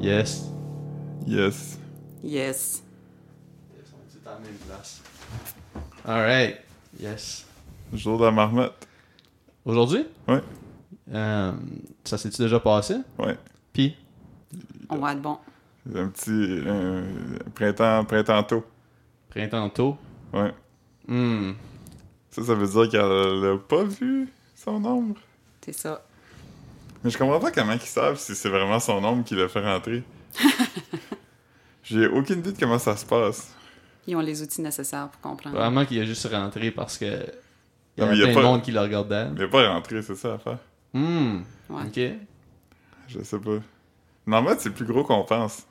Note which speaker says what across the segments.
Speaker 1: Yes.
Speaker 2: Yes.
Speaker 3: Yes.
Speaker 1: Yes, on est tous à la même place. Alright. Yes.
Speaker 2: Jour de la marmotte.
Speaker 1: Aujourd'hui?
Speaker 2: Ouais.
Speaker 1: Euh, ça s'est-tu déjà passé?
Speaker 2: Ouais.
Speaker 1: Puis?
Speaker 3: On va être bon.
Speaker 2: Un petit. un- printemps, printemps tôt.
Speaker 1: Printemps tôt.
Speaker 2: Ouais.
Speaker 1: Hmm.
Speaker 2: Ça, ça veut dire qu'elle a pas vu son ombre.
Speaker 3: C'est ça.
Speaker 2: Mais je comprends pas comment ils savent si c'est vraiment son ombre qui l'a fait rentrer. J'ai aucune idée de comment ça se passe.
Speaker 3: Ils ont les outils nécessaires pour comprendre.
Speaker 1: Probablement qu'il a juste rentré parce que. Il y
Speaker 2: Non,
Speaker 1: a
Speaker 2: mais il y a
Speaker 1: plein de
Speaker 2: pas-
Speaker 1: monde qui le regardait.
Speaker 2: Mais pas rentré, c'est ça à faire.
Speaker 1: Hmm.
Speaker 3: Ouais.
Speaker 1: Ok.
Speaker 2: Je sais pas. Normalement, c'est plus gros qu'on pense.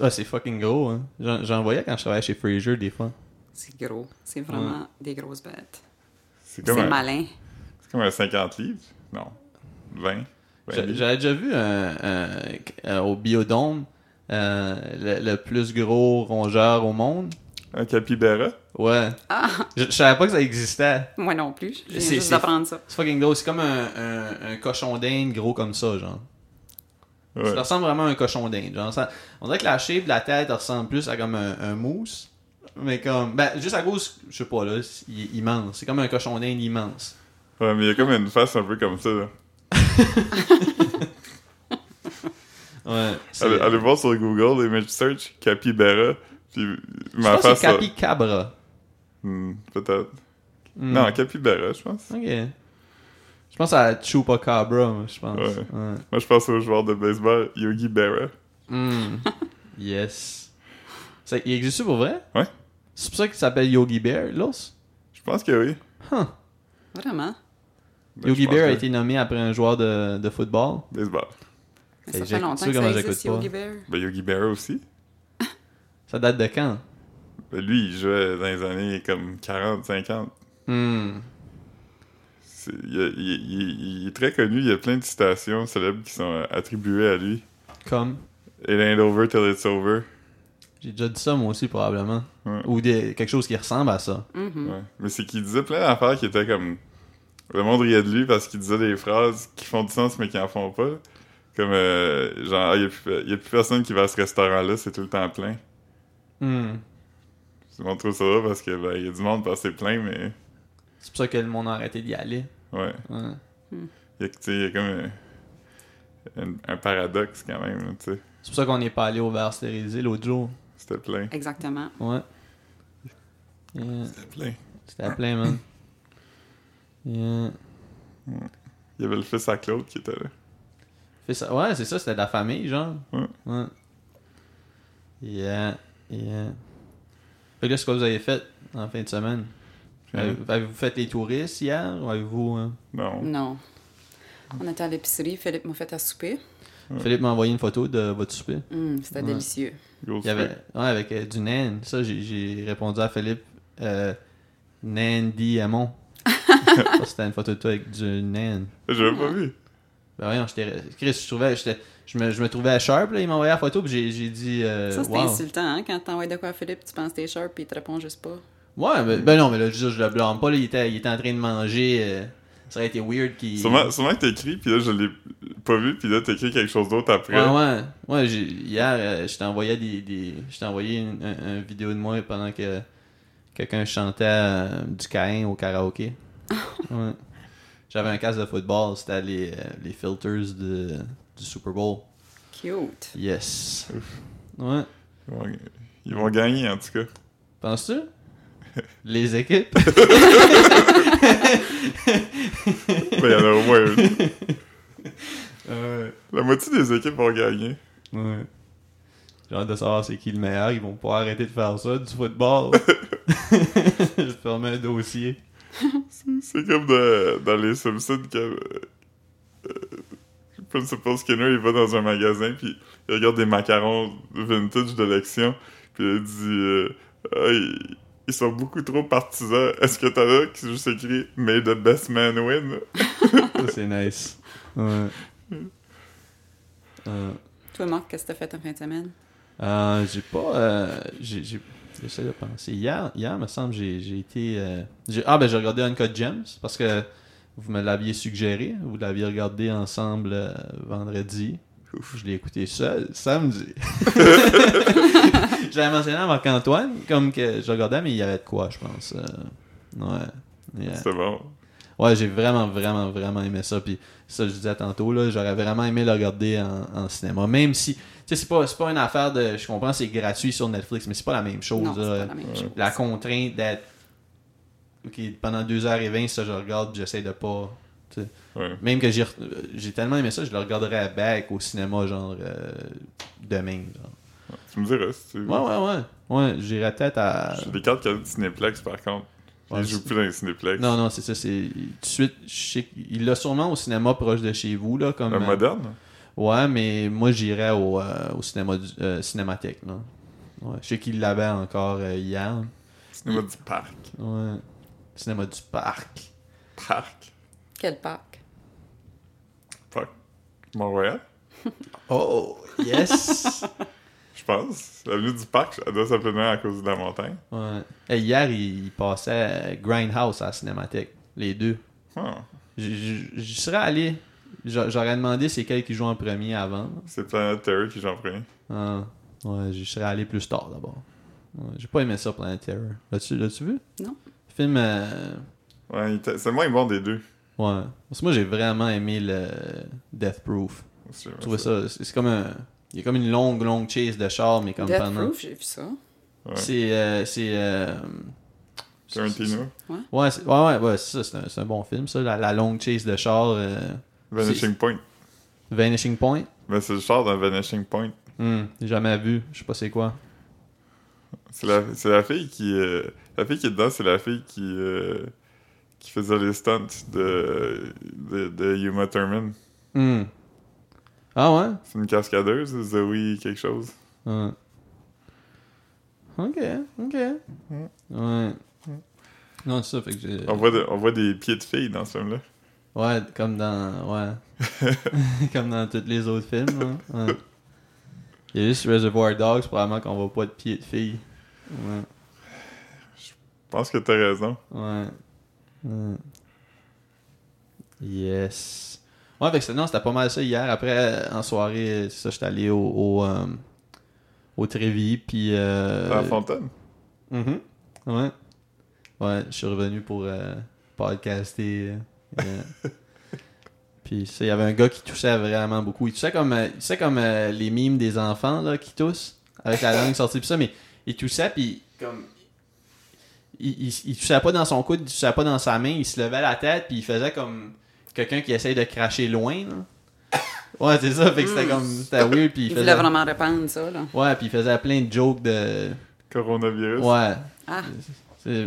Speaker 1: Ah, c'est fucking gros, hein. J'en j'en voyais quand je travaillais chez Fraser des fois.
Speaker 3: C'est gros. C'est vraiment des grosses bêtes.
Speaker 2: C'est comme,
Speaker 3: C'est
Speaker 2: un,
Speaker 3: malin.
Speaker 2: c'est comme un 50 livres. Non. 20. 20
Speaker 1: J'a-
Speaker 2: livres.
Speaker 1: J'avais déjà vu un- un- un- au Biodome euh, le, le plus gros rongeur au monde.
Speaker 2: Un capybara.
Speaker 1: Ouais.
Speaker 3: Ah,
Speaker 1: Je, je savais pas que ça existait.
Speaker 3: moi non plus. Je
Speaker 1: C'est-
Speaker 3: viens juste
Speaker 1: c'est-
Speaker 3: d'apprendre ça.
Speaker 1: C'est fucking gros. C'est comme un, un- un cochon d'Inde gros comme ça, genre.
Speaker 2: Ouais.
Speaker 1: Ça ressemble vraiment à un cochon d'Inde. Genre, Ça- on dirait que la shape de la tête ressemble plus à comme un, un mousse. Mais comme. Ben, juste à cause, je sais pas, là, c'est- il est immense. C'est comme un cochon d'Inde immense.
Speaker 2: Ouais, mais il y a comme une face un peu comme ça. là.
Speaker 1: Ouais. c'est-
Speaker 2: Allez, allez voir sur Google Image Search capybara. Puis
Speaker 1: je
Speaker 2: ma
Speaker 1: pense que
Speaker 2: face.
Speaker 1: c'est
Speaker 2: ça-
Speaker 1: capicabra.
Speaker 2: Hmm, Peut-être.
Speaker 1: Hmm.
Speaker 2: Non, capybara, je pense.
Speaker 1: Ok. Je pense à Chupacabra, moi, je pense.
Speaker 2: Ouais.
Speaker 1: Ouais.
Speaker 2: Moi, je pense au joueur de baseball Yogi Berra.
Speaker 1: Hmm. yes. Ça, il existe pour vrai?
Speaker 2: Ouais.
Speaker 1: C'est pour ça qu'il s'appelle Yogi Bear, l'ours?
Speaker 2: Je pense que oui.
Speaker 1: Huh.
Speaker 3: Vraiment.
Speaker 2: Ben,
Speaker 1: Yogi
Speaker 2: je pense
Speaker 1: Bear a
Speaker 2: que-
Speaker 1: été nommé après un joueur de, de football.
Speaker 2: Baseball.
Speaker 1: Hey,
Speaker 3: Mais ça fait
Speaker 1: j'écoute
Speaker 3: longtemps
Speaker 1: ça
Speaker 3: que
Speaker 1: comme
Speaker 3: ça
Speaker 1: j'écoute
Speaker 3: existe,
Speaker 1: pas.
Speaker 3: Yogi Bear.
Speaker 2: Ben, Yogi Berra aussi.
Speaker 1: Ça date de quand?
Speaker 2: Ben, lui, il jouait dans les années comme 40, 50.
Speaker 1: Hmm.
Speaker 2: C'est- Il, a- il- il- il est très connu, il y a plein de citations célèbres qui sont euh, attribuées à lui.
Speaker 1: Comme.
Speaker 2: It ain't over till it's over.
Speaker 1: J'ai déjà dit ça moi aussi probablement.
Speaker 2: Ouais.
Speaker 1: Ou des- quelque chose qui ressemble à ça.
Speaker 3: Mhm.
Speaker 2: Ouais. Mais c'est qu'il disait plein d'affaires qui étaient comme. Le monde riait de lui parce qu'il disait des phrases qui font du sens mais qui en font pas. Comme euh, genre, Ah, il n'y a, plus- il y a plus personne qui va à ce restaurant-là, c'est tout le temps plein.
Speaker 1: Hmm.
Speaker 2: Tout le monde trouve ça drôle parce que ben, il y a du monde parce que c'est plein, mais.
Speaker 1: C'est pour ça que le monde a arrêté d'y aller.
Speaker 2: Ouais.
Speaker 1: Ouais.
Speaker 2: Il y a, tu sais, il y a comme euh, un, un paradoxe quand même, là, tu sais.
Speaker 1: C'est pour ça qu'on n'est pas allé au verre stérilisé l'autre jour.
Speaker 2: C'était plein.
Speaker 3: Exactement.
Speaker 1: Ouais. Yeah.
Speaker 2: C'était plein.
Speaker 1: C'était plein, man. Yeah.
Speaker 2: Il y avait le fils à Claude qui était là.
Speaker 1: Fait ça- Ouais, c'est ça, c'était de la famille, genre.
Speaker 2: Ouais.
Speaker 1: Ouais. Yeah, yeah. Fait que là, c'est quoi vous avez fait en fin de semaine?
Speaker 2: Rien.
Speaker 1: Avez- Avez-vous fait les touristes hier? Ou avez-vous... euh,
Speaker 2: Non.
Speaker 3: Non. On était à l'épicerie. Philippe m'a fait à souper.
Speaker 2: Ouais.
Speaker 1: Philippe m'a envoyé une photo de votre souper.
Speaker 3: Hum, C'était
Speaker 1: Ouais.
Speaker 3: délicieux.
Speaker 2: Gros
Speaker 1: Il y avait... Ouais, avec euh, du naine. Ça, j'ai- j'ai répondu à Philippe... Euh, Nandy Amon. c'était une photo de toi avec du naine.
Speaker 2: Je l'avais pas vu.
Speaker 1: Ben voyons, j'étais... Chris, je trouvais... j'étais- Je me, je me trouvais sharp, là. Il m'a envoyé la photo, puis j'ai, j'ai dit... euh,
Speaker 3: Ça, c'était
Speaker 1: wow.
Speaker 3: insultant, hein? Quand t'envoies de quoi à Philippe, tu penses que t'es sharp puis il te répond juste pas.
Speaker 1: Ouais, ben, ben non, mais là, je, veux dire, je le blâme pas, là, il, était, il était en train de manger. euh, ça aurait été weird qu'il.
Speaker 2: Sûrement, sûrement que t'écris, puis là, je l'ai pas vu, puis là, t'écris quelque chose d'autre après.
Speaker 1: Ouais, ouais. Ouais, j'ai- hier, euh, je t'envoyais des, des. Je t'ai envoyé une, un- un vidéo de moi pendant que quelqu'un chantait euh, du Caïn au karaoké. ouais. J'avais un casque de football, c'était les, euh, les filters de, du Super Bowl.
Speaker 3: Cute.
Speaker 1: Yes. Ouais.
Speaker 2: Ils, vont, ils vont gagner, en tout cas.
Speaker 1: Penses-tu? Les équipes?
Speaker 2: Ben, il y en a au moins une.
Speaker 1: Ouais.
Speaker 2: La moitié des équipes vont gagner.
Speaker 1: Ouais. J'ai hâte de savoir c'est qui le meilleur. Ils vont pas arrêter de faire ça, du football. Je ferme un dossier.
Speaker 2: C'est- C'est comme de- dans les Simpsons quand euh, euh, Principal Skinner il va dans un magasin puis il regarde des macarons vintage de l'action puis il dit euh, Ah, ils, ils sont beaucoup trop partisans. Est-ce que t'as là qui juste écrit May the best man win?
Speaker 1: Ça, c'est nice. Ouais. Euh,
Speaker 3: Toi, Marc, qu'est-ce que t'as fait en fin de semaine?
Speaker 1: euh, j'ai pas. euh, j'ai, j'ai- j'essaie de penser. Hier, hier me semble, j'ai, j'ai été. euh, j'ai- ah, ben, j'ai regardé Uncut Gems parce que vous me l'aviez suggéré. Vous l'aviez regardé ensemble euh, vendredi. Je l'ai écouté seul, samedi. J'avais mentionné à Marc-Antoine, comme que je regardais, mais il y avait de quoi, je pense. Euh, ouais. Yeah.
Speaker 2: C'était bon.
Speaker 1: Ouais, j'ai vraiment, vraiment, vraiment aimé ça. Puis ça, je disais tantôt, là, j'aurais vraiment aimé le regarder en, en cinéma. Même si, tu sais, c'est pas, c'est pas une affaire de. Je comprends, c'est gratuit sur Netflix, mais c'est pas la même chose.
Speaker 3: Non, c'est
Speaker 1: là.
Speaker 3: pas la même chose.
Speaker 1: La contrainte d'être. Ok, pendant 2h20, ça, je regarde, j'essaie de pas. tu sais.
Speaker 2: Ouais.
Speaker 1: Même que j'ai, re- j'ai tellement aimé ça, je le regarderai à back au cinéma, genre, euh, demain. Genre.
Speaker 2: Tu me diras si
Speaker 3: Mm.
Speaker 2: tu veux.
Speaker 1: Ouais, ouais, ouais. Ouais, j'irai peut-être à.
Speaker 2: J'ai des cartes qui ont de Cinéplex par contre. Je
Speaker 1: Ouais,
Speaker 2: les joue
Speaker 1: c'est-
Speaker 2: plus dans les Cinéplex.
Speaker 1: Non, non, c'est ça. C'est... Tout de suite, je sais qu'il l'a sûrement au cinéma proche de chez vous. Là, comme,
Speaker 2: Un
Speaker 1: euh,
Speaker 2: moderne
Speaker 1: Ouais, mais moi, j'irais au, euh, au cinéma du- euh, cinémathèque. Non? Ouais, je sais qu'il l'avait encore euh, hier.
Speaker 2: Cinéma du parc.
Speaker 1: Ouais. Cinéma du parc.
Speaker 2: Parc.
Speaker 3: Quel parc?
Speaker 2: Parc. Montréal
Speaker 1: Oh, yes!
Speaker 2: Je pense. L'avenue du parc, elle doit s'appeler de même à cause de la montagne.
Speaker 1: ouais. Hey, hier, il, il passait euh, Grindhouse à la cinémathèque. Les deux.
Speaker 2: Ah,
Speaker 1: J- j- J'y serais allé. J'a- J'aurais demandé c'est quel qui joue en premier avant.
Speaker 2: C'est Planet Terror qui j'en prie.
Speaker 1: Ah, ouais, j'y serais allé plus tard d'abord. Ouais, J'ai pas aimé ça, Planet Terror. L'as-tu l'as-tu vu?
Speaker 3: Non.
Speaker 1: Film. euh,
Speaker 2: Ouais, il était- c'est le moins bon des deux.
Speaker 1: Ouais. Parce que moi, j'ai vraiment aimé le Death Proof.
Speaker 2: C'est-
Speaker 1: Je trouvais ça. C'est c'est comme un. Il y a comme une longue, longue chase de char, mais comme
Speaker 3: Death
Speaker 1: pendant.
Speaker 3: Proof, j'ai vu ça.
Speaker 2: Ouais.
Speaker 1: C'est. euh, c'est. euh,
Speaker 2: Tarantino.
Speaker 1: Ouais, c'est- ouais, ouais, ouais, c'est ça, c'est un, c'est un bon film, ça. La, la longue chase de char, euh,
Speaker 2: Vanishing Point.
Speaker 1: Vanishing Point.
Speaker 2: Mais c'est le genre d'un Vanishing Point.
Speaker 1: Hmm, j'ai jamais vu, je sais pas c'est quoi.
Speaker 2: C'est la, c'est la fille qui. euh, la fille qui est dedans, c'est la fille qui. euh, qui faisait les stunts de, de, de Uma Thurman.
Speaker 1: Hmm. Ah ouais?
Speaker 2: C'est une cascadeuse, Zoe quelque chose.
Speaker 1: Ouais. Ok, ok.
Speaker 2: Mm.
Speaker 1: Ouais.
Speaker 2: Hmm.
Speaker 1: Non, c'est ça, fait que j'ai.
Speaker 2: On voit, de- on voit des pieds de filles dans ce film-là.
Speaker 1: Ouais, comme dans. Ouais. comme dans tous les autres films. hein. Ouais. Il y a juste Reservoir Dogs, probablement qu'on voit pas de pied de fille. Ouais.
Speaker 2: Je pense que t'as raison.
Speaker 1: Ouais. Ouais. Yes. Ouais, fait que c'est- non, c'était pas mal ça hier. Après, euh, en soirée, c'est ça, j'étais allé au. au, euh, au Trévis, puis. euh,
Speaker 2: La fontaine.
Speaker 1: Mhm. Ouais. Ouais, je suis revenu pour euh, podcaster. euh, yeah. Puis ça, il y avait un gars qui toussait vraiment beaucoup. Il toussait comme, euh, il toussait comme euh, les mimes des enfants là, qui toussent, avec la langue sortie, puis ça, mais il toussait, puis comme. Il, il, il toussait pas dans son coude, il toussait pas dans sa main, il se levait la tête, puis il faisait comme quelqu'un qui essaye de cracher loin. là. Ouais, c'est ça, fait que c'était comme. C'était weird, puis il
Speaker 3: Mm. Il
Speaker 1: faisait.
Speaker 3: voulait vraiment répandre ça, là.
Speaker 1: Ouais, puis il faisait plein de jokes de.
Speaker 2: Coronavirus.
Speaker 1: Ouais.
Speaker 3: Ah,
Speaker 1: c'est-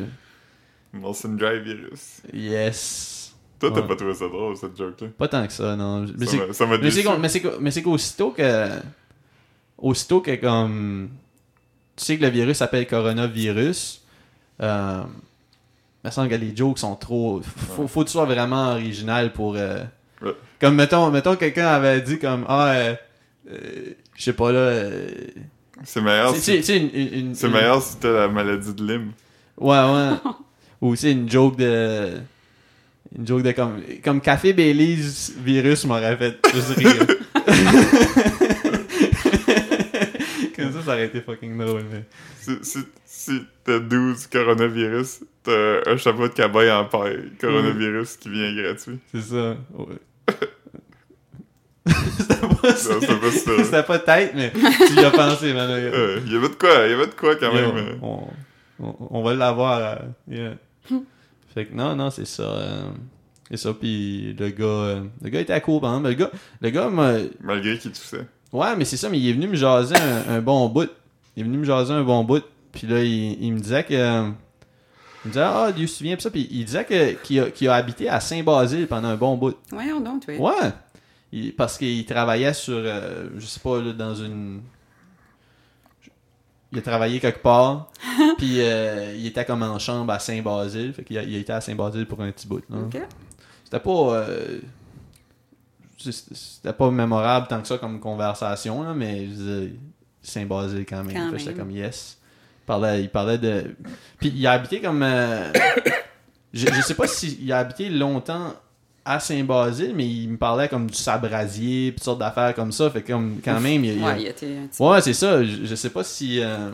Speaker 2: Molson Dry virus.
Speaker 1: Yes.
Speaker 2: Toi, t'as
Speaker 1: Ouais.
Speaker 2: pas trouvé ça drôle, cette joke-là.
Speaker 1: Pas tant que ça, non. Mais
Speaker 2: Ça
Speaker 1: c'est-
Speaker 2: m'a- Ça m'a
Speaker 1: mais c'est
Speaker 2: déçu.
Speaker 1: qu'on- mais c'est qu'au- mais c'est qu'aussitôt que. Aussitôt que, comme. Tu sais que le virus s'appelle coronavirus, euh, il me semble que les jokes sont trop. Faut, faut que tu sois vraiment original pour. euh,
Speaker 2: Ouais.
Speaker 1: Comme, mettons, mettons quelqu'un avait dit, comme. Ah, euh, euh, je sais pas là. euh,
Speaker 2: C'est meilleur
Speaker 1: tu
Speaker 2: si
Speaker 1: sais- tu sais, une- une- une-
Speaker 2: c'est
Speaker 1: une-
Speaker 2: meilleur si t'as la maladie de Lyme.
Speaker 1: Ouais, ouais. Ou c'est une joke de. Une joke de comme. Comme Café Baileys virus m'aurait fait plus rire. comme ça, ça aurait été fucking drôle, mais.
Speaker 2: Si, si, si t'as 12 coronavirus, t'as un chapeau de cabaye en paille. Coronavirus qui vient gratuit.
Speaker 1: C'est ça. Ouais. C'était pas ça.
Speaker 2: Non, c'est pas ça.
Speaker 1: C'était pas tête, mais tu y as pensé, man.
Speaker 2: Euh, Il y avait de quoi, il y avait de quoi quand
Speaker 1: Yo,
Speaker 2: même. euh.
Speaker 1: on, on- on va l'avoir. euh, yeah. fait que non, non, c'est ça. euh, c'est ça, puis le gars. euh, le gars était à court, par exemple. Le gars, le gars m'a-
Speaker 2: Malgré qu'il toussait.
Speaker 1: Ouais, mais c'est ça, mais il est venu me jaser un, un bon bout. Il est venu me jaser un bon bout. Puis là, il, il me disait que. Il me disait, ah, Dieu se souvient, pis ça. Puis il disait que, qu'il, a, qu'il a habité à Saint-Basile pendant un bon bout.
Speaker 3: voyons donc, oui.
Speaker 1: Ouais! Il- parce qu'il travaillait sur. euh, je sais pas, là, dans une. Il a travaillé quelque part. puis euh, il était comme en chambre à Saint-Basile. Fait qu'il a, il a été à Saint-Basile pour un petit bout. là.
Speaker 3: OK.
Speaker 1: C'était pas. euh, c'est- c'était pas mémorable tant que ça comme conversation, là, mais je veux dire, Saint-Basile quand même.
Speaker 3: Quand
Speaker 1: Fait que J'étais
Speaker 3: même.
Speaker 1: comme yes. Il parlait, il parlait de. Puis il a habité comme. euh, je, je sais pas s'il a habité longtemps à Saint-Basile, mais il me parlait comme du sabrasier, pis toutes sortes d'affaires comme ça. Fait que comme, quand même, il, il-
Speaker 3: Ouais, il était un petit
Speaker 1: Ouais, c'est ça. Je, je sais pas si. euh,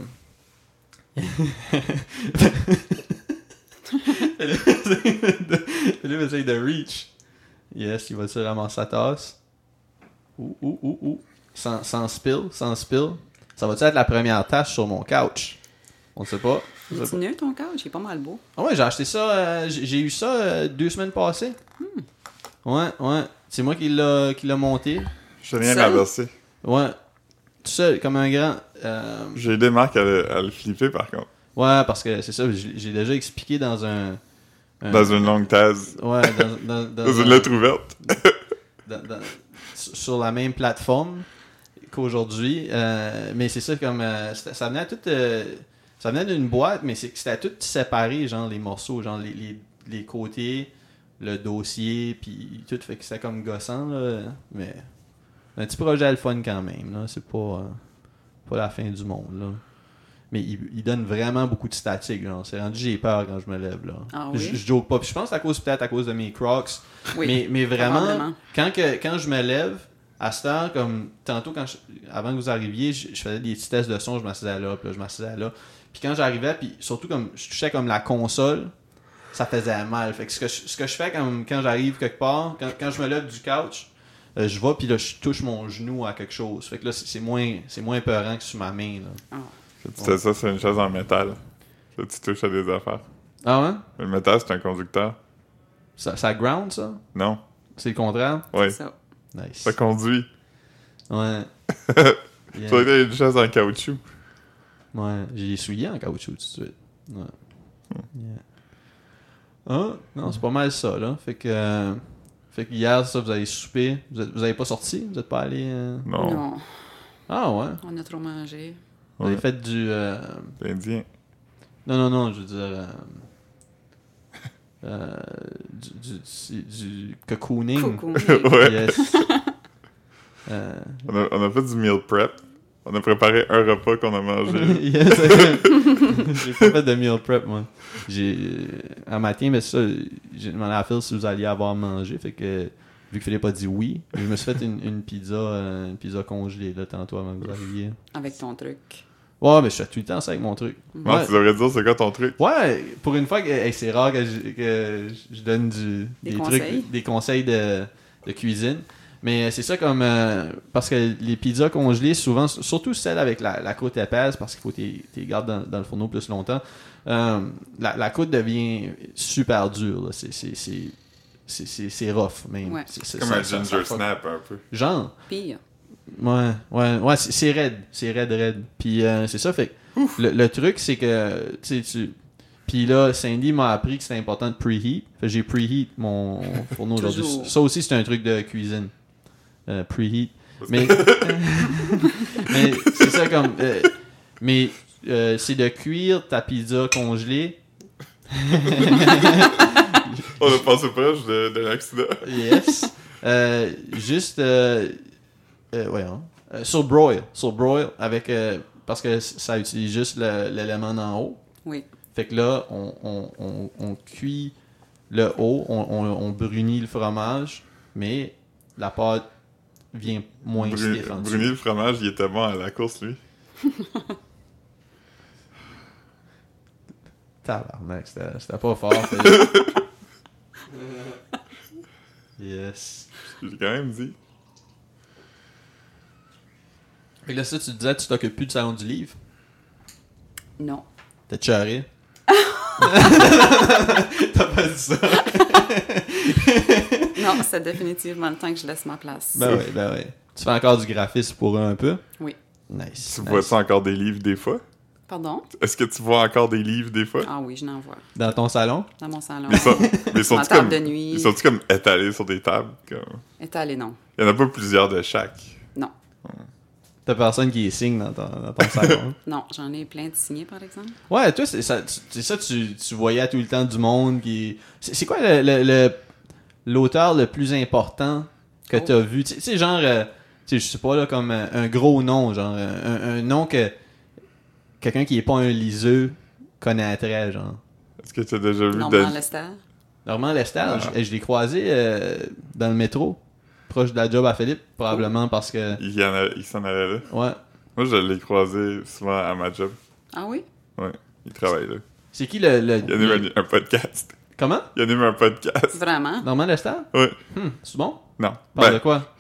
Speaker 1: Philippe essaye de reach. Yes, il va se ramasser sa tasse. Ouh, ouh, ouh, ouh. Sans, sans spill, sans spill. Ça va-tu être la première tâche sur mon couch? On sait pas. Je sais
Speaker 3: Il est neuf, ton couch, il est pas mal beau.
Speaker 1: ah ouais, j'ai acheté ça, euh, j'ai j'ai eu ça euh, deux semaines passées. Ouais, ouais. C'est moi qui l'a qui l'a monté.
Speaker 2: Je n'ai rien
Speaker 3: Seul?
Speaker 2: renversé.
Speaker 1: Ouais. Tout seul, comme un grand. Euh,
Speaker 2: J'ai aidé Marc à le, à le flipper, par contre.
Speaker 1: ouais, parce que c'est ça, j'ai j'ai déjà expliqué dans un. un-
Speaker 2: Dans une longue thèse.
Speaker 1: Ouais, dans, dans, dans,
Speaker 2: Dans une
Speaker 1: un-
Speaker 2: lettre ouverte.
Speaker 1: dans- dans- sur sur la même plateforme qu'aujourd'hui. euh, mais c'est ça, comme. euh, c'était- ça venait à tout. euh, ça venait d'une boîte, mais c'est- c'était à tout séparé, genre les morceaux, genre les, les, les côtés, le dossier, puis tout. Fait que c'était comme gossant, là. Mais. Un petit projet le fun quand même, là. C'est pas. euh, pas la fin du monde, là. Mais il, il donne vraiment beaucoup de statique, genre. C'est rendu, j'ai peur quand je me lève, là.
Speaker 3: Ah oui?
Speaker 1: Je, je joke pas. Puis je pense à cause, peut-être à cause de mes crocs.
Speaker 3: Oui.
Speaker 1: Mais, mais vraiment,
Speaker 3: probablement.
Speaker 1: quand, que, quand je me lève, à cette heure, comme tantôt, quand je- avant que vous arriviez, je, je faisais des petits tests de son, je m'assisais là, puis là, je m'assisais là. Puis quand j'arrivais, puis surtout comme je touchais comme la console, ça faisait mal. Fait que ce que je, ce que je fais comme, quand j'arrive quelque part, quand, quand je me lève du couch, euh, je vais, puis là, je touche mon genou à quelque chose. Fait que là, c'est c'est moins, c'est moins peurant que sur ma main. Là.
Speaker 3: Ah.
Speaker 2: Tu fais ça sur une chaise en métal. Là, tu touches à des affaires.
Speaker 1: Ah ouais?
Speaker 2: Le métal, c'est un conducteur.
Speaker 1: Ça, ça ground, ça?
Speaker 2: Non.
Speaker 1: C'est le contraire?
Speaker 2: Oui.
Speaker 3: Ça.
Speaker 1: Nice.
Speaker 2: Ça conduit.
Speaker 1: Ouais. Yeah.
Speaker 2: Tu vas être une chaise en caoutchouc.
Speaker 1: Ouais, j'ai les souliers en caoutchouc tout de suite. Ouais.
Speaker 2: Hmm.
Speaker 1: Yeah. Ah, non, c'est pas mal ça, là. Fait que. euh, fait que hier, ça, vous avez soupé. Vous, êtes- vous avez pas sorti Vous êtes pas allé. euh,
Speaker 2: Non.
Speaker 3: Non,
Speaker 1: Ah, ouais.
Speaker 3: on a trop mangé.
Speaker 1: Vous avez
Speaker 2: Ouais.
Speaker 1: fait du. euh,
Speaker 2: L'Indien.
Speaker 1: Non, non, non, je veux dire. euh, euh, du, du, du, du cocooning.
Speaker 3: Coucou.
Speaker 2: ouais.
Speaker 1: Yes. Euh,
Speaker 2: On a, on a fait du meal prep. On a préparé un repas qu'on a mangé.
Speaker 1: Yes, j'ai pas fait de meal prep, moi. J'ai. euh, Un matin, mais ça, j'ai demandé à Phil si vous alliez avoir mangé. Fait que, vu que Philippe a dit oui, je me suis fait une, une pizza euh, une pizza congelée, là, tantôt avant que vous arriviez.
Speaker 3: Avec ton truc.
Speaker 1: Ouais, mais je suis tout le temps ça avec mon truc.
Speaker 2: Non,
Speaker 1: Ouais,
Speaker 2: tu devrais dire c'est quoi ton truc.
Speaker 1: ouais pour une fois, que, hey, c'est rare que je, que je donne du,
Speaker 3: Des conseils.
Speaker 1: des conseils de, de cuisine. Mais c'est ça comme. euh, parce que les pizzas congelées, souvent, surtout celles avec la, la croûte épaisse, parce qu'il faut que tu les gardes dans, dans le fourneau plus longtemps, euh, la, la croûte devient super dure. là. C'est- c'est- C'est c'est- c'est- c'est rough, même.
Speaker 3: Ouais.
Speaker 1: C'est- c'est-
Speaker 2: C'est comme
Speaker 1: ça-
Speaker 2: un
Speaker 1: ça-
Speaker 2: ginger
Speaker 1: ça-
Speaker 2: snap, un peu.
Speaker 1: Genre.
Speaker 3: Pire.
Speaker 1: Ouais, ouais, ouais, c'est- c'est raide, c'est raide, raide. Puis euh, c'est ça, fait que le, le truc, c'est que, tu sais, tu... Puis là, Cindy m'a appris que c'était important de preheat. Fait que j'ai preheat mon fourneau aujourd'hui.
Speaker 3: Toujours.
Speaker 1: Ça aussi, c'est un truc de cuisine. Euh, preheat.
Speaker 2: Parce
Speaker 1: Mais, mais c'est ça comme... euh, mais euh, c'est de cuire ta pizza congelée
Speaker 2: On a passé proche de, de l'accident.
Speaker 1: Yes. Euh, juste, euh, euh, voyons. Euh, sur broil, sur broil, avec euh, parce que c- ça utilise juste le- l'élément d'en haut.
Speaker 3: Oui.
Speaker 1: Fait que là, on, on, on, on cuit le haut, on, on, on brunit le fromage, mais la pâte vient moins
Speaker 2: Bruni,
Speaker 1: stiff en dessous.
Speaker 2: Bruni, le fromage, il était bon à la course, lui.
Speaker 1: Tabarnak, c'était c'était pas fort. fait. yes.
Speaker 2: J'ai quand même dit.
Speaker 1: Fait que là, ça, tu disais, tu t'occupes plus du salon du livre.
Speaker 3: Non.
Speaker 1: T'as charré? T'as pas dit ça?
Speaker 3: Non, c'est définitivement le temps que je laisse ma place.
Speaker 1: Ben ouais, ben ouais. Tu fais encore du graphisme pour eux un peu?
Speaker 3: Oui.
Speaker 1: Nice.
Speaker 2: Tu
Speaker 1: nice.
Speaker 2: vois ça encore des livres des fois?
Speaker 3: Pardon?
Speaker 2: Est-ce que tu vois encore des livres des fois?
Speaker 3: Ah oui, je n'en vois.
Speaker 1: Dans ton salon?
Speaker 3: Dans mon salon.
Speaker 2: Mais, sont, mais
Speaker 3: Sur ma
Speaker 2: sont-ils
Speaker 3: table
Speaker 2: comme,
Speaker 3: de nuit.
Speaker 2: ils sont-ils comme étalés sur des tables? Comme...
Speaker 3: Étalé, non.
Speaker 2: Il n'y en a pas plusieurs de chaque.
Speaker 3: Non.
Speaker 1: T'as personne qui est signe dans ton, dans ton salon.
Speaker 3: Non, j'en ai plein de signés, par exemple.
Speaker 1: Ouais, toi, c'est ça, tu- c'est ça tu, tu voyais tout le temps du monde qui. C'est c'est quoi le- le- le- l'auteur le, plus important que
Speaker 3: Oh.
Speaker 1: t'as vu? Tu tu sais, genre, euh, tu sais, je sais pas, là, comme euh, un gros nom, genre, euh, un, un nom que quelqu'un qui est pas un liseux connaîtrait, genre.
Speaker 2: Est-ce que tu as déjà vu
Speaker 3: Norman
Speaker 2: Dan-
Speaker 3: Lester.
Speaker 1: Normand Lestage,
Speaker 2: Ah.
Speaker 1: et je l'ai croisé euh, dans le métro, proche de la job à Philippe, probablement parce que.
Speaker 2: Il, y en a- il s'en allait là.
Speaker 1: Ouais.
Speaker 2: Moi, je l'ai croisé souvent à ma job.
Speaker 3: Ah oui?
Speaker 2: Il travaille là.
Speaker 1: C'est qui le. le-
Speaker 2: Il anime un, un podcast.
Speaker 1: Comment
Speaker 2: Il anime un podcast.
Speaker 3: Vraiment?
Speaker 1: Normand Lestage
Speaker 2: Ouais.
Speaker 1: Hmm, c'est bon
Speaker 2: Non.
Speaker 1: Parle de
Speaker 2: Ben,
Speaker 1: quoi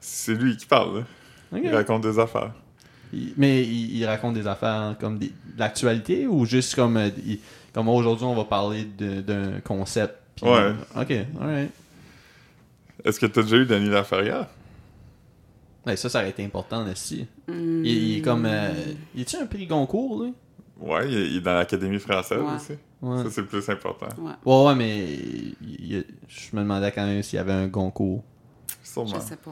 Speaker 2: c'est lui qui parle. là.
Speaker 1: Ok.
Speaker 2: Il raconte des affaires.
Speaker 1: Il- mais il, il raconte des affaires hein, comme des- de l'actualité ou juste comme, euh, il- comme aujourd'hui on va parler de- d'un concept. puis-
Speaker 2: Ouais.
Speaker 1: Ok, alright.
Speaker 2: Est-ce que t'as déjà eu Denis Laferrière?
Speaker 1: Ouais, Ben, ça, ça aurait été important, Nasty.
Speaker 3: Hmm.
Speaker 1: Il, il est comme. euh, il est-tu un prix Goncourt, lui
Speaker 2: Ouais, il, il est dans l'Académie française
Speaker 3: Ouais.
Speaker 2: aussi.
Speaker 1: Ouais.
Speaker 2: Ça, c'est le plus important.
Speaker 3: Ouais,
Speaker 1: Ouais, ouais, mais. il- il- je me demandais quand même s'il y avait un Goncourt.
Speaker 2: Sûrement.
Speaker 3: je sais pas.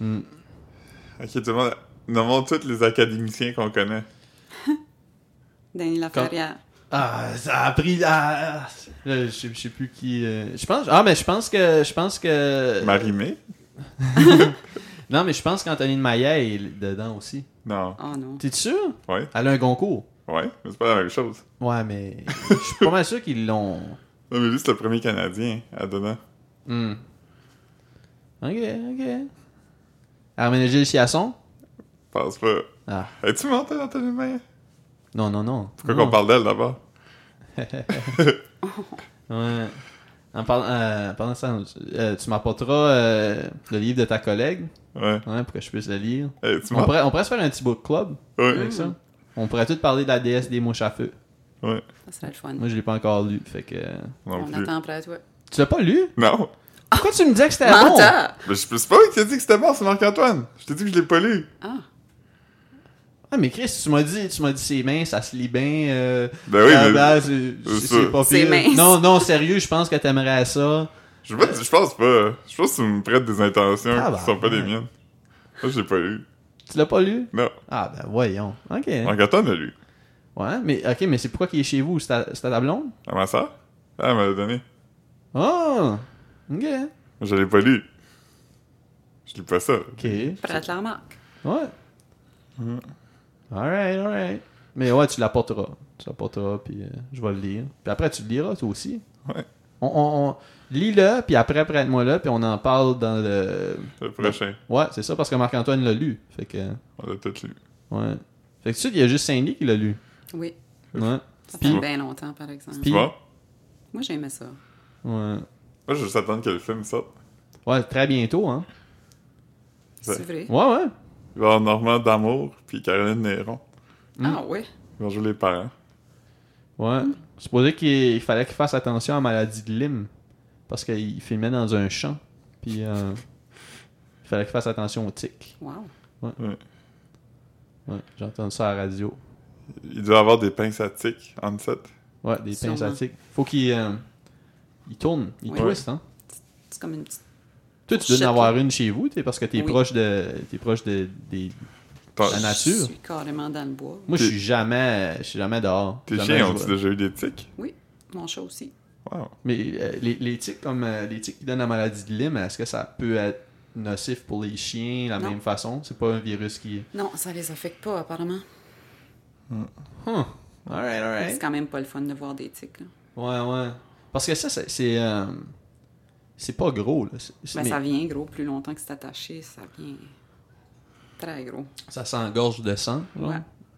Speaker 1: Hmm.
Speaker 2: Ok, tout le monde. Nommons tous les académiciens qu'on connaît.
Speaker 3: Denis Laferrière.
Speaker 1: Ah, ça a pris. Ah, là, je, sais- je sais plus qui. euh, je pense. Ah, mais je pense que. Je pense que.
Speaker 2: Marie-Mé?
Speaker 1: Non, mais je pense qu'Antonine Maillet est dedans aussi.
Speaker 2: Non.
Speaker 3: Oh non.
Speaker 1: T'es sûr
Speaker 2: Ouais,
Speaker 1: Elle a un Goncourt.
Speaker 2: ouais, mais c'est pas la même chose.
Speaker 1: Ouais, mais je suis pas mal sûr qu'ils l'ont.
Speaker 2: Non, mais lui, c'est le premier Canadien à donner.
Speaker 1: Hmm. Ok, ok. Arménégil Chiasson?
Speaker 2: Pense pas.
Speaker 1: Ah,
Speaker 2: As-tu menté dans ton humain?
Speaker 1: non, non, non.
Speaker 2: Pourquoi
Speaker 1: Non.
Speaker 2: qu'on parle d'elle d'abord?
Speaker 1: Ouais. En parlant, euh, en parlant de ça, euh, tu m'apporteras euh, le livre de ta collègue
Speaker 2: Ouais.
Speaker 1: hein, pour que je puisse le lire.
Speaker 2: Hey, tu
Speaker 1: On
Speaker 2: mens?
Speaker 1: pourrait, on pourrait se faire un petit book club
Speaker 2: Ouais.
Speaker 1: avec ça.
Speaker 3: Hmm.
Speaker 1: On pourrait tout parler de la déesse des mouches à feu.
Speaker 3: Ça serait le fun.
Speaker 1: Moi, je l'ai pas encore lu. Fait que. euh,
Speaker 2: Non
Speaker 3: On
Speaker 2: plus.
Speaker 3: attend après toi.
Speaker 1: Tu l'as pas lu?
Speaker 2: Non.
Speaker 1: Pourquoi tu me disais que c'était bon?
Speaker 3: Ah! Menteur!
Speaker 2: Mais je c'est pas lui qui t'a dit que c'était mort, c'est Marc-Antoine. Je t'ai dit que je l'ai pas lu.
Speaker 3: Ah,
Speaker 1: Ah, mais Chris, tu m'as dit, tu m'as dit c'est mince, ça se lit bien. euh,
Speaker 2: Ben oui, mais
Speaker 1: blabla, c'est- c'est
Speaker 2: c'est
Speaker 1: c'est pas
Speaker 3: C'est
Speaker 1: pire.
Speaker 3: mince.
Speaker 1: Non, non, sérieux, je pense que t'aimerais ça.
Speaker 2: je, sais pas, je pense pas. Je pense que tu me prêtes des intentions
Speaker 1: Ah, bah,
Speaker 2: qui sont pas les
Speaker 1: ouais.
Speaker 2: miennes. Moi, je l'ai pas lu.
Speaker 1: Tu l'as pas lu?
Speaker 2: Non.
Speaker 1: Ah, ben voyons. Ok.
Speaker 2: Marc-Antoine l'a lu.
Speaker 1: Ouais, mais ok, mais c'est pourquoi qu'il est chez vous? C'est ta, c'est ta blonde?
Speaker 2: À ma soeur? Ah, elle me l'a donné.
Speaker 1: Oh! Ok.
Speaker 2: Je l'ai pas lu. Je lis pas ça.
Speaker 1: Ok. Ouais.
Speaker 3: prête la remarque.
Speaker 1: Mm. Alright, alright. Mais ouais, tu l'apporteras. Tu l'apporteras, puis euh, je vais le lire. Puis après, tu le liras, toi aussi.
Speaker 2: Ouais.
Speaker 1: On, on- on- Lis-le, puis après, prête-moi le, puis on en parle dans le.
Speaker 2: Le prochain.
Speaker 1: Ouais, c'est ça, parce que Marc-Antoine l'a lu. Fait que.
Speaker 2: On l'a tout lu.
Speaker 1: Ouais. Fait que tu sais, il y a juste Saint-Ly qui l'a lu.
Speaker 3: Oui,
Speaker 1: Ouais.
Speaker 3: ça
Speaker 2: Puis-
Speaker 3: fait bien longtemps, par exemple.
Speaker 1: Puis-
Speaker 2: Tu vois?
Speaker 3: Moi, j'aimais ça.
Speaker 1: Ouais.
Speaker 2: Moi, je vais juste attendre que le film sorte.
Speaker 1: Ouais, très bientôt, hein.
Speaker 3: C'est vrai?
Speaker 1: Ouais, ouais.
Speaker 2: Il va y avoir Normand D'Amour puis Caroline Néron.
Speaker 1: Mm.
Speaker 3: Ah oui?
Speaker 2: Ils vont jouer les parents.
Speaker 1: Ouais. C'est Supposé qu'il il fallait qu'il fasse attention à la maladie de Lyme. Parce qu'il filmait dans un champ. Puis euh, il fallait qu'il fasse attention aux tics.
Speaker 3: Wow.
Speaker 1: Ouais, j'ai entendu ça à la radio.
Speaker 2: Il doit avoir des pinces à tic en set.
Speaker 1: Ouais, des
Speaker 3: Sûrement.
Speaker 1: pinces à tics. Faut qu'il euh, il tourne, il
Speaker 3: Oui.
Speaker 1: twist, hein.
Speaker 3: C'est comme une petite...
Speaker 1: Toi, tu dois
Speaker 3: Shit,
Speaker 1: en avoir une chez vous, t'es- parce que t'es
Speaker 3: Oui.
Speaker 1: proche de. T'es proche de. Des...
Speaker 2: Ton-
Speaker 3: Ah,
Speaker 1: La nature.
Speaker 3: Je suis carrément dans le bois.
Speaker 1: Moi je suis jamais. Je suis jamais dehors.
Speaker 2: Tes
Speaker 1: Jamais
Speaker 2: chiens
Speaker 1: je
Speaker 2: ont-ils
Speaker 1: vois.
Speaker 2: déjà eu des tics?
Speaker 3: Mon chat aussi.
Speaker 2: Wow.
Speaker 1: Mais euh, les, les tics comme euh, les tics qui donnent la maladie de Lyme, est-ce que ça peut être nocif pour les chiens de la
Speaker 3: Non.
Speaker 1: même façon? C'est pas un virus qui.
Speaker 3: Non, ça les affecte pas, apparemment.
Speaker 1: Huh. Alright,
Speaker 3: Mais
Speaker 1: alright.
Speaker 3: C'est quand même pas le fun de voir des tics. là.
Speaker 1: Ouais, ouais. Parce que ça, c'est. C'est, euh, c'est pas gros, là. C'est- c'est-
Speaker 3: Ben,
Speaker 1: mais
Speaker 3: ça vient gros. Plus longtemps que c'est attaché, ça vient très gros.
Speaker 1: ça s'engorge de sang. genre.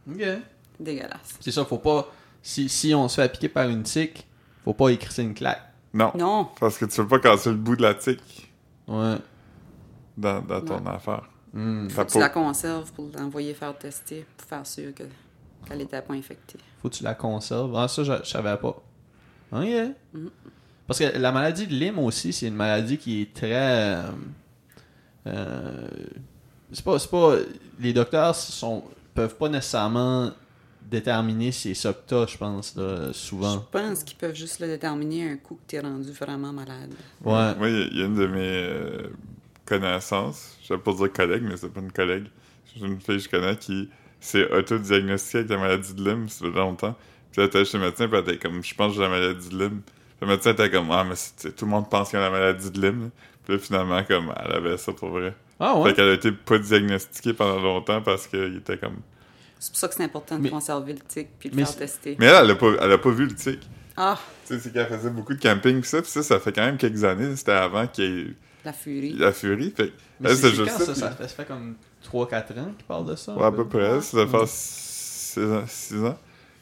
Speaker 3: Ouais.
Speaker 1: Ok.
Speaker 3: Dégueulasse.
Speaker 1: C'est ça, faut pas. Si, si on se fait appliquer par une tique, faut pas écrisser une claque.
Speaker 2: Non.
Speaker 3: Non!
Speaker 2: Parce que tu veux pas casser le bout de la tique
Speaker 1: Ouais.
Speaker 2: dans, dans ton affaire.
Speaker 1: Hmm.
Speaker 2: Ta
Speaker 3: Tu
Speaker 2: peau.
Speaker 3: la conserves pour l'envoyer faire tester, pour faire sûr que- qu'elle était pas infectée.
Speaker 1: Faut que tu la conserves. Ah, ça, je, je savais pas. Ah, yeah. Parce que la maladie de Lyme aussi, c'est une maladie qui est très. euh, euh, c'est pas, c'est pas. Les docteurs sont, peuvent pas nécessairement déterminer si c'est ça que t'as, je pense, là,
Speaker 3: Je
Speaker 1: souvent.
Speaker 3: pense qu'ils peuvent juste le déterminer un coup que t'es rendu vraiment malade.
Speaker 1: Ouais.
Speaker 2: Moi, il y a- il y, a une de mes euh, connaissances, je vais pas dire collègue, mais c'est pas une collègue. J'ai une fille que je connais qui s'est auto-diagnostiquée avec la maladie de Lyme, ça fait longtemps. Puis elle était chez le médecin, puis elle était comme, je pense que j'ai la maladie de Lyme. Puis Le médecin était comme, ah, mais c'est- c'est- tout le monde pense qu'il y a la maladie de Lyme. Puis là, finalement, comme, elle avait ça pour vrai.
Speaker 1: Ah
Speaker 2: Fait
Speaker 1: ouais.
Speaker 2: qu'elle a été pas diagnostiquée pendant longtemps parce qu'il était comme.
Speaker 3: C'est pour ça que c'est important de
Speaker 1: Mais-
Speaker 3: conserver le tic puis le
Speaker 1: mais
Speaker 3: faire
Speaker 1: c'est-
Speaker 3: tester.
Speaker 2: Mais elle, elle a pas, elle a pas vu le tic.
Speaker 3: Ah,
Speaker 2: Tu sais, c'est qu'elle faisait beaucoup de camping, pis ça, pis ça, ça fait quand même quelques années. C'était avant qu'il y ait
Speaker 3: la furie.
Speaker 2: la furie. Fait que-
Speaker 1: Mais
Speaker 2: Ouais,
Speaker 1: c'est
Speaker 2: eh, c'est
Speaker 1: quand,
Speaker 2: juste
Speaker 1: ça,
Speaker 2: ça.
Speaker 1: ça, fait- ça fait comme 3-4 ans qu'il parle de ça. un
Speaker 2: Ouais, à
Speaker 1: peu.
Speaker 2: peu près. Ça fait 6 ans. six ans.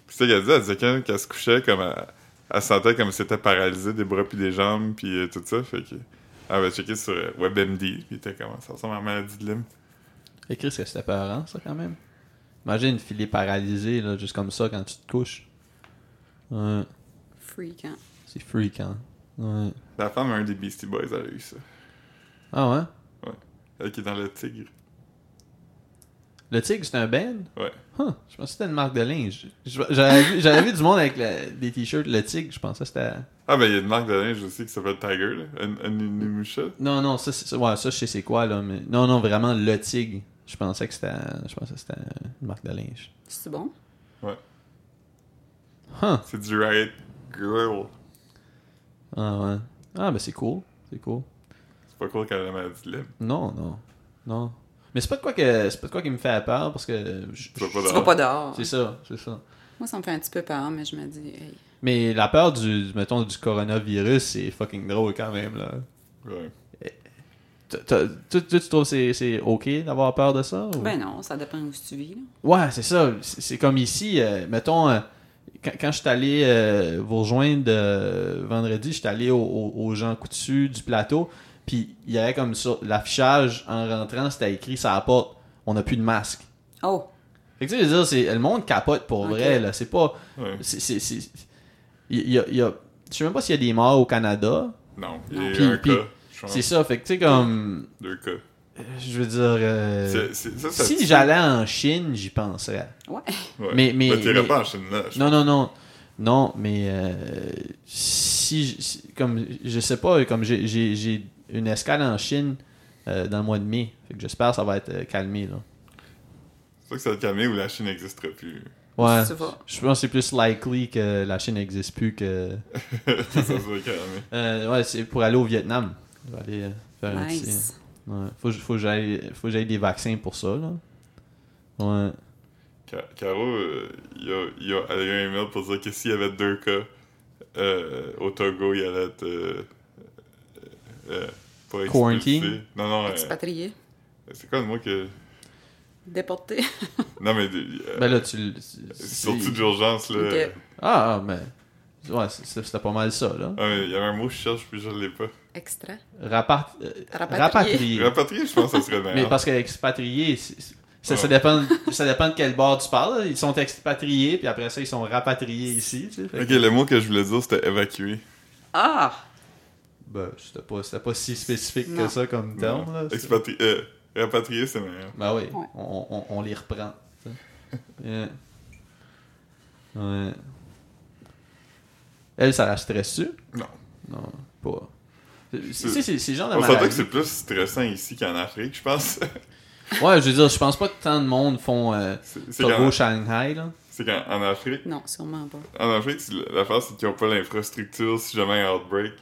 Speaker 2: Puis c'est ça qu'elle disait, elle disait quand qu'elle se couchait, comme elle, elle se sentait comme si c'était paralysé des bras puis des jambes, puis euh, tout ça. Fait que. Elle avait checké sur euh, WebMD, puis elle était comme ça ressemble à la maladie de Lyme.
Speaker 1: Écris ce que c'était peurant, ça, quand même. Imagine, filer paralysé, là, juste comme ça, quand tu te couches. Ouais,
Speaker 3: Freak, hein?
Speaker 1: c'est freakant. Ouais.
Speaker 2: La femme, un des Beastie Boys, elle a eu ça.
Speaker 1: Ah ouais?
Speaker 2: Elle qui est dans le tigre.
Speaker 1: Le Tigre, c'est un band?
Speaker 2: Ouais.
Speaker 1: Huh, je pensais que c'était une marque de linge. Je- J'avais vu, j'avais vu du monde avec le- des t-shirts Le Tigre, je pensais que c'était...
Speaker 2: Ah, ben, il y a une marque de linge aussi qui s'appelle Tiger, là. An- Anonymous.
Speaker 1: Non, non, ça, c'est- ouais, ça, je sais c'est quoi, là, mais... Non, non, vraiment, Le Tigre. Je pensais que c'était je pensais que c'était une marque de linge.
Speaker 3: C'est bon?
Speaker 1: Huh,
Speaker 2: C'est du Riot Girl.
Speaker 1: ah ouais. Ah, ben c'est cool, c'est cool.
Speaker 2: C'est pas cool qu'elle a la maladie de Lyme.
Speaker 1: Non, non, non. Mais c'est pas de quoi que c'est pas de quoi qui me fait peur, parce que... je-
Speaker 2: Tu vas
Speaker 1: je-
Speaker 2: pas
Speaker 3: Tu
Speaker 2: dehors.
Speaker 3: vas pas dehors.
Speaker 1: Bah. C'est ça, c'est ça.
Speaker 3: Moi, ça me fait un petit peu peur, mais je me dis, hey,
Speaker 1: Mais la peur du, mettons, du coronavirus, c'est fucking drôle quand même, là.
Speaker 2: Ouais.
Speaker 1: T'as- t'as- Toi, toi, tu trouves que c'est- c'est OK d'avoir peur de ça? ou-
Speaker 3: ben non, ça dépend où tu vis. Là.
Speaker 1: Ouais, c'est ça. C'est c'est comme ici, euh, mettons, euh, quand, quand je suis allé euh, vous rejoindre euh, vendredi, je suis allé au- au- aux gens coutus du plateau, puis il y avait comme ça, l'affichage en rentrant, c'était écrit ça apporte, on n'a plus de masque.
Speaker 3: Oh,
Speaker 1: Fait que tu sais, je veux dire, c'est- le monde capote pour
Speaker 3: Ok.
Speaker 1: vrai, là. C'est pas.
Speaker 2: Ouais.
Speaker 1: c'est- c'est- c'est- il y a- il y a- Je sais même pas s'il y a des morts au Canada.
Speaker 2: Non.
Speaker 3: Non.
Speaker 2: Il y
Speaker 1: Puis-
Speaker 2: a eu un
Speaker 1: puis-
Speaker 2: cas. Je pense.
Speaker 1: C'est ça, fait que tu sais, comme.
Speaker 2: Deux cas.
Speaker 1: Je veux dire. euh,
Speaker 2: C'est- c'est- ça, ça tue.
Speaker 1: si j'allais en Chine, j'y penserais.
Speaker 3: ouais.
Speaker 2: Ouais.
Speaker 1: Mais- mais-
Speaker 2: Ben, t'irais
Speaker 1: mais-
Speaker 2: pas en Chine là. je-
Speaker 1: Non, non, non. Non, mais euh, si, j- si- comme je sais pas, comme j'ai- j'ai j'ai une escale en Chine euh, dans le mois de mai. Fait que j'espère que ça va être euh, calmé là.
Speaker 2: C'est sûr que ça va te calmer ou la Chine n'existera plus.
Speaker 1: Ouais.
Speaker 3: Ça va.
Speaker 1: Je pense que c'est plus likely que la Chine n'existe plus que.
Speaker 2: ça se va calmer.
Speaker 1: Euh, ouais, c'est pour aller au Vietnam. Je vais aller euh, faire un petit. euh,
Speaker 3: Nice.
Speaker 1: Ouais. Faut, que- faut que j'aille- faut que j'aille des vaccins pour ça là. Ouais.
Speaker 2: Ca- Caro, euh, il y a, il y a, elle a eu un email pour dire que s'il y avait deux cas euh, au Togo, il allait être. Euh, euh, pas expulsé.
Speaker 1: Quarantine?
Speaker 2: Non, non. euh,
Speaker 3: Expatrié,
Speaker 2: c'est quoi le mot que.
Speaker 3: déporté.
Speaker 2: Non, mais. euh,
Speaker 1: Ben là, tu. le- c'est-
Speaker 2: c'est Sortie d'urgence, là.
Speaker 3: Ok.
Speaker 1: Ah, ah, mais. Ouais, c'est- c'est- c'était pas mal ça là.
Speaker 2: Ah, mais il y avait un mot que je cherche, puis je l'ai pas.
Speaker 3: Extra.
Speaker 1: Rapart- euh,
Speaker 3: Rapatrié.
Speaker 1: rapatrié.
Speaker 2: Rapatrié, je pense que ça serait meilleur.
Speaker 1: Mais parce que expatrié, c'est- c'est- ça, ça
Speaker 2: Ouais.
Speaker 1: dépend, ça dépend de quel bord tu parles. là. Ils sont expatriés, puis après ça, ils sont rapatriés ici. tu sais. Fait
Speaker 2: Ok,
Speaker 1: que-
Speaker 2: le mot que je voulais dire, c'était évacuer.
Speaker 3: Ah!
Speaker 1: Ben, c'était pas, c'était pas si spécifique
Speaker 3: Non.
Speaker 1: que ça comme terme.
Speaker 2: Non.
Speaker 1: Là, C'est-
Speaker 2: Expatri- euh, rapatrier, c'est meilleur.
Speaker 1: Ben oui,
Speaker 3: Ouais.
Speaker 1: on, on- on les reprend. tu sais. Yeah. Ouais. Elle, ça la stresse-tu?
Speaker 2: Non.
Speaker 1: Non, pas. C'est-
Speaker 2: C'est-
Speaker 1: C'est c'est- c'est le genre de
Speaker 2: On s'entend que
Speaker 1: maladie.
Speaker 2: c'est plus stressant ici qu'en Afrique, je pense.
Speaker 1: Ouais, je veux dire, je pense pas que tant de monde font euh,
Speaker 2: C'est c'est qu'en
Speaker 1: Togo-Shanghai, là.
Speaker 2: c'est qu'en- en Afrique.
Speaker 3: Non, sûrement pas.
Speaker 2: En Afrique, c'est- l'affaire, c'est qu'ils n'ont pas l'infrastructure si jamais il y a un outbreak.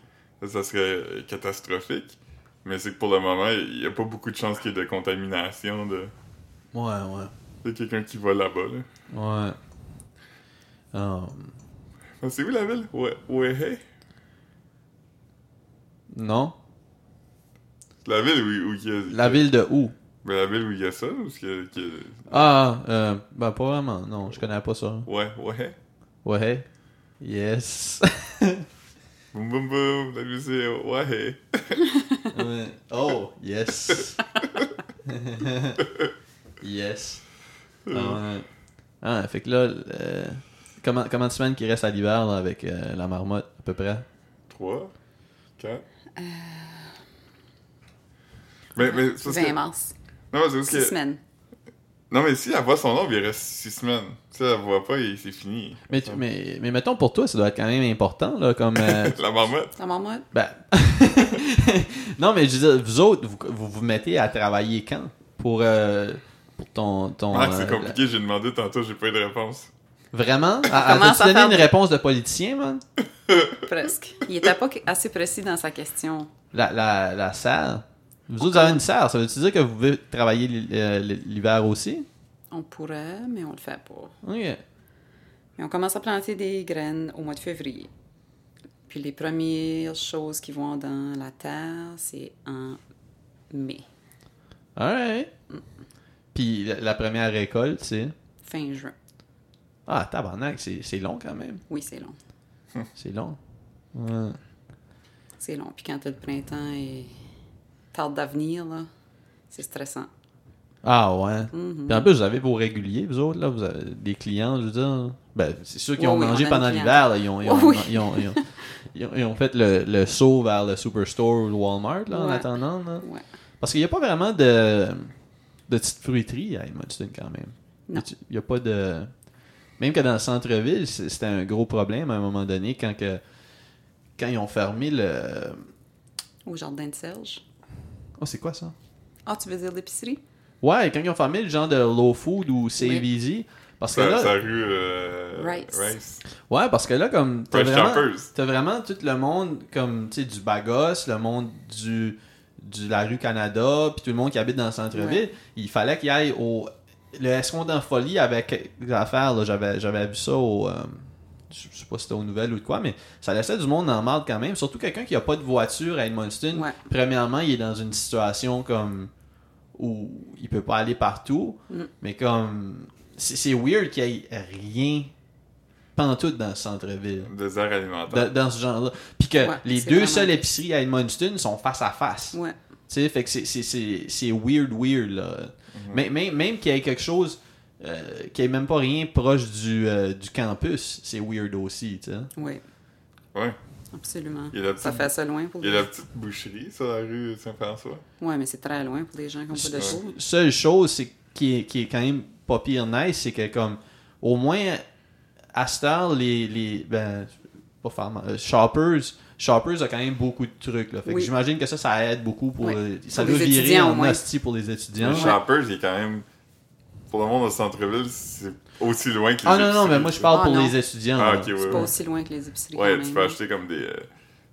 Speaker 2: Ça, ça serait euh, catastrophique. Mais c'est que pour le moment, il n'y a pas beaucoup de chances qu'il y ait de contamination de,
Speaker 1: Ouais, ouais.
Speaker 2: de quelqu'un qui va là-bas. Là.
Speaker 1: Ouais. Euh,
Speaker 2: Ah, C'est où la ville? Ouais, ouais, hey.
Speaker 1: non.
Speaker 2: La ville où, où il y a...
Speaker 1: La ville de où
Speaker 2: Ben, la ville où il y a ça? Ou ce que- que-
Speaker 1: Ah, euh, ben pas vraiment. Non, je connais pas ça.
Speaker 2: Ouais, ouais. hey.
Speaker 1: Ouais. hey. Yes.
Speaker 2: Boum, boum, boum. La musique, ouais. hey.
Speaker 1: Ouais. oh, yes. yes. Ah, ouais. Ah, fait que là, euh, comment, comment de semaines qui reste à l'hiver là, avec euh, la marmotte, à peu près
Speaker 2: Trois? Quatre?
Speaker 3: Euh,
Speaker 2: Mais, mais c'est parce
Speaker 3: 20
Speaker 2: que...
Speaker 3: mars.
Speaker 2: Non, mais c'est parce
Speaker 3: 6
Speaker 2: que-
Speaker 3: semaines.
Speaker 2: Non, mais si elle voit son ombre, il reste six semaines. Si elle la voit pas, il- c'est fini.
Speaker 1: mais, tu- mais, mais mettons pour toi, ça doit être quand même important, là, comme. euh,
Speaker 2: La marmotte.
Speaker 3: Ça m'en mode?
Speaker 1: Ben. non, mais je veux dire, vous autres, vous vous, vous mettez à travailler quand pour, euh, pour ton. ton
Speaker 2: Marc, Ah, c'est
Speaker 1: euh,
Speaker 2: compliqué, j'ai demandé tantôt, j'ai pas eu de réponse.
Speaker 1: Vraiment Ah, ah,
Speaker 3: Commence
Speaker 1: T'as-tu
Speaker 3: à
Speaker 1: donné
Speaker 3: faire
Speaker 1: une
Speaker 3: des-
Speaker 1: réponse de politicien, man
Speaker 3: Presque. Il était pas assez précis dans sa question.
Speaker 1: La, la, la serre Vous autres avez une serre, ça veut-tu dire que vous pouvez travailler l'hi- euh, l'hiver aussi
Speaker 3: On pourrait, mais on le fait pas.
Speaker 1: Ok.
Speaker 3: Et on commence à planter des graines au mois de février. Puis les premières choses qui vont dans la terre, c'est en mai,
Speaker 1: Alright. Puis la, la première récolte, c'est.
Speaker 3: fin juin.
Speaker 1: Ah, tabarnak, c'est c'est long quand même.
Speaker 3: Oui, c'est long.
Speaker 1: C'est long. Ouais.
Speaker 3: C'est long. Puis quand t'as le printemps et tarde d'avenir, là, c'est stressant.
Speaker 1: Ah ouais.
Speaker 3: Mhm.
Speaker 1: Puis en plus, vous avez vos réguliers, vous autres, là, vous avez des clients, je veux dire. Ben, c'est sûr qu'ils
Speaker 3: Oui,
Speaker 1: ont
Speaker 3: oui,
Speaker 1: mangé
Speaker 3: on a
Speaker 1: pendant
Speaker 3: des clients.
Speaker 1: l'hiver, là. Ils ont, ils, ont,
Speaker 3: Oui, oui.
Speaker 1: ils, ont, ils, ont, ils ont- ils ont fait le, le saut vers le Superstore ou le Walmart, là, en
Speaker 3: Ouais.
Speaker 1: attendant, là.
Speaker 3: Ouais.
Speaker 1: Parce qu'il n'y a pas vraiment de, de petite fruiterie à Edmonton, quand même.
Speaker 3: Non.
Speaker 1: Il n'y a pas de. Même que dans le centre-ville, c'est- c'était un gros problème à un moment donné quand, que, quand ils ont fermé le.
Speaker 3: Au jardin de Serge.
Speaker 1: Oh, c'est quoi ça?
Speaker 3: Ah, tu veux dire l'épicerie?
Speaker 1: Ouais, quand ils ont fermé le genre de Low Food ou Save
Speaker 3: Oui.
Speaker 1: Easy. Parce que
Speaker 2: Sa,
Speaker 1: là.
Speaker 2: sa rue euh,
Speaker 3: Rice.
Speaker 1: Ouais, parce que là, comme. T'as
Speaker 2: Fresh
Speaker 1: vraiment,
Speaker 2: Shoppers.
Speaker 1: t'as vraiment tout le monde, comme, tu sais, du Bagos, le monde du, du la rue Canada, puis tout le monde qui habite dans le centre-ville.
Speaker 3: Ouais.
Speaker 1: Il fallait qu'il aille au. Le escompte en folie avec des affaires, là. J'avais, j'avais vu ça au. euh, je je sais pas si c'était aux nouvelles ou de quoi, mais ça laissait du monde en marde quand même. Surtout quelqu'un qui a pas de voiture à Edmundston.
Speaker 3: Ouais.
Speaker 1: Premièrement, il est dans une situation comme où il peut pas aller partout,
Speaker 3: Mm.
Speaker 1: mais comme c'est c'est weird qu'il y ait rien pantoute dans le centre-ville.
Speaker 2: Désert alimentaire.
Speaker 1: Dans, dans ce genre-là. Puis que
Speaker 3: Ouais,
Speaker 1: les
Speaker 3: c'est
Speaker 1: deux
Speaker 3: vraiment-
Speaker 1: seules épiceries à Edmundston sont face à face.
Speaker 3: Ouais.
Speaker 1: Tu sais, fait que c'est- c'est- c'est c'est weird, weird, là.
Speaker 3: Mhm.
Speaker 1: Mais- mais- même qu'il y ait quelque chose euh, qui ait même pas rien proche du, euh, du campus, c'est weird aussi, tu sais.
Speaker 3: Oui,
Speaker 2: Ouais.
Speaker 3: absolument.
Speaker 2: Il y a la
Speaker 3: Ça
Speaker 2: petite,
Speaker 3: fait ça loin pour
Speaker 2: il y
Speaker 3: les
Speaker 2: a la petite boucherie sur la rue Saint-François.
Speaker 3: Oui, mais c'est très loin pour les gens qui ont pas de
Speaker 2: Ouais.
Speaker 3: chevaux.
Speaker 1: Seule chose c'est qui, est, qui est quand même pas pire nice, c'est que comme au moins à cette heure, les, les ben, pas farm- euh, shoppers, shoppers a quand même beaucoup de trucs. Là. Fait que
Speaker 3: Oui.
Speaker 1: j'imagine que ça, ça aide beaucoup pour
Speaker 3: Ouais.
Speaker 1: euh, ça
Speaker 3: Pour
Speaker 1: doit
Speaker 3: les
Speaker 1: virer
Speaker 3: étudiants, au
Speaker 1: en
Speaker 3: moins.
Speaker 1: hostie pour les étudiants.
Speaker 2: Le Shoppers, il est quand même. Pour le monde au centre-ville, c'est aussi loin que les
Speaker 1: Ah non, non,
Speaker 2: épiceries,
Speaker 1: mais moi je
Speaker 2: tu sais.
Speaker 1: parle
Speaker 3: Ah,
Speaker 1: pour
Speaker 3: non.
Speaker 1: les étudiants.
Speaker 2: Ah,
Speaker 1: là.
Speaker 2: ok, ouais,
Speaker 3: C'est
Speaker 2: ouais.
Speaker 3: pas aussi loin que les épiceries. quand
Speaker 2: Ouais,
Speaker 3: même. hein.
Speaker 2: tu peux acheter comme des, euh,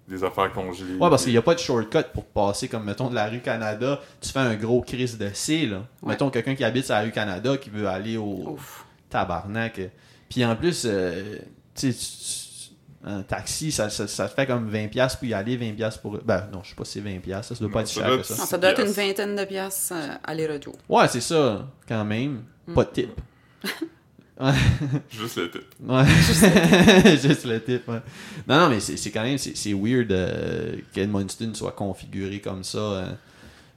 Speaker 2: des affaires congelées.
Speaker 1: Ouais, parce qu'il n'y a pas de shortcut pour passer, comme mettons de la rue Canada, tu fais un gros crise de C, là.
Speaker 3: Ouais.
Speaker 1: Mettons quelqu'un qui habite sur la rue Canada qui veut aller au,
Speaker 3: Ouf.
Speaker 1: tabarnak. Puis en plus, euh, tu sais, tu- tu- un taxi, ça, ça, ça te fait comme 20$ pour y aller, 20$ pour. Ben non, je sais pas si c'est 20$, ça, ça doit pas
Speaker 2: Non,
Speaker 1: être
Speaker 2: ça
Speaker 1: cher
Speaker 2: doit
Speaker 1: que
Speaker 2: être-
Speaker 1: ça.
Speaker 3: Non, ça doit être une
Speaker 2: piastres.
Speaker 3: vingtaine de piastres euh, aller-retour.
Speaker 1: Ouais, c'est ça, quand même. Pas de tip. Ouais.
Speaker 2: Juste le tip.
Speaker 1: Ouais. Juste le tip. ouais. Non, non, mais c'est c'est quand même c'est c'est weird euh, qu'Edmundston soit configuré comme ça. euh.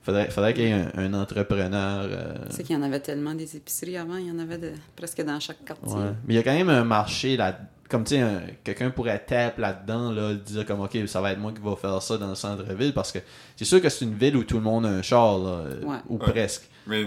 Speaker 1: Faudrait, faudrait qu'il y ait un, un entrepreneur. euh,
Speaker 3: Tu sais qu'il y en avait tellement des épiceries avant, il y en avait de- presque dans chaque quartier.
Speaker 1: Ouais. Mais il y a quand même un marché là comme tu sais un- quelqu'un pourrait tape là-dedans là dire comme OK, ça va être moi qui va faire ça dans le centre-ville parce que c'est sûr que c'est une ville où tout le monde a un char là,
Speaker 3: Ouais.
Speaker 1: ou
Speaker 2: Ouais.
Speaker 1: presque.
Speaker 2: Mais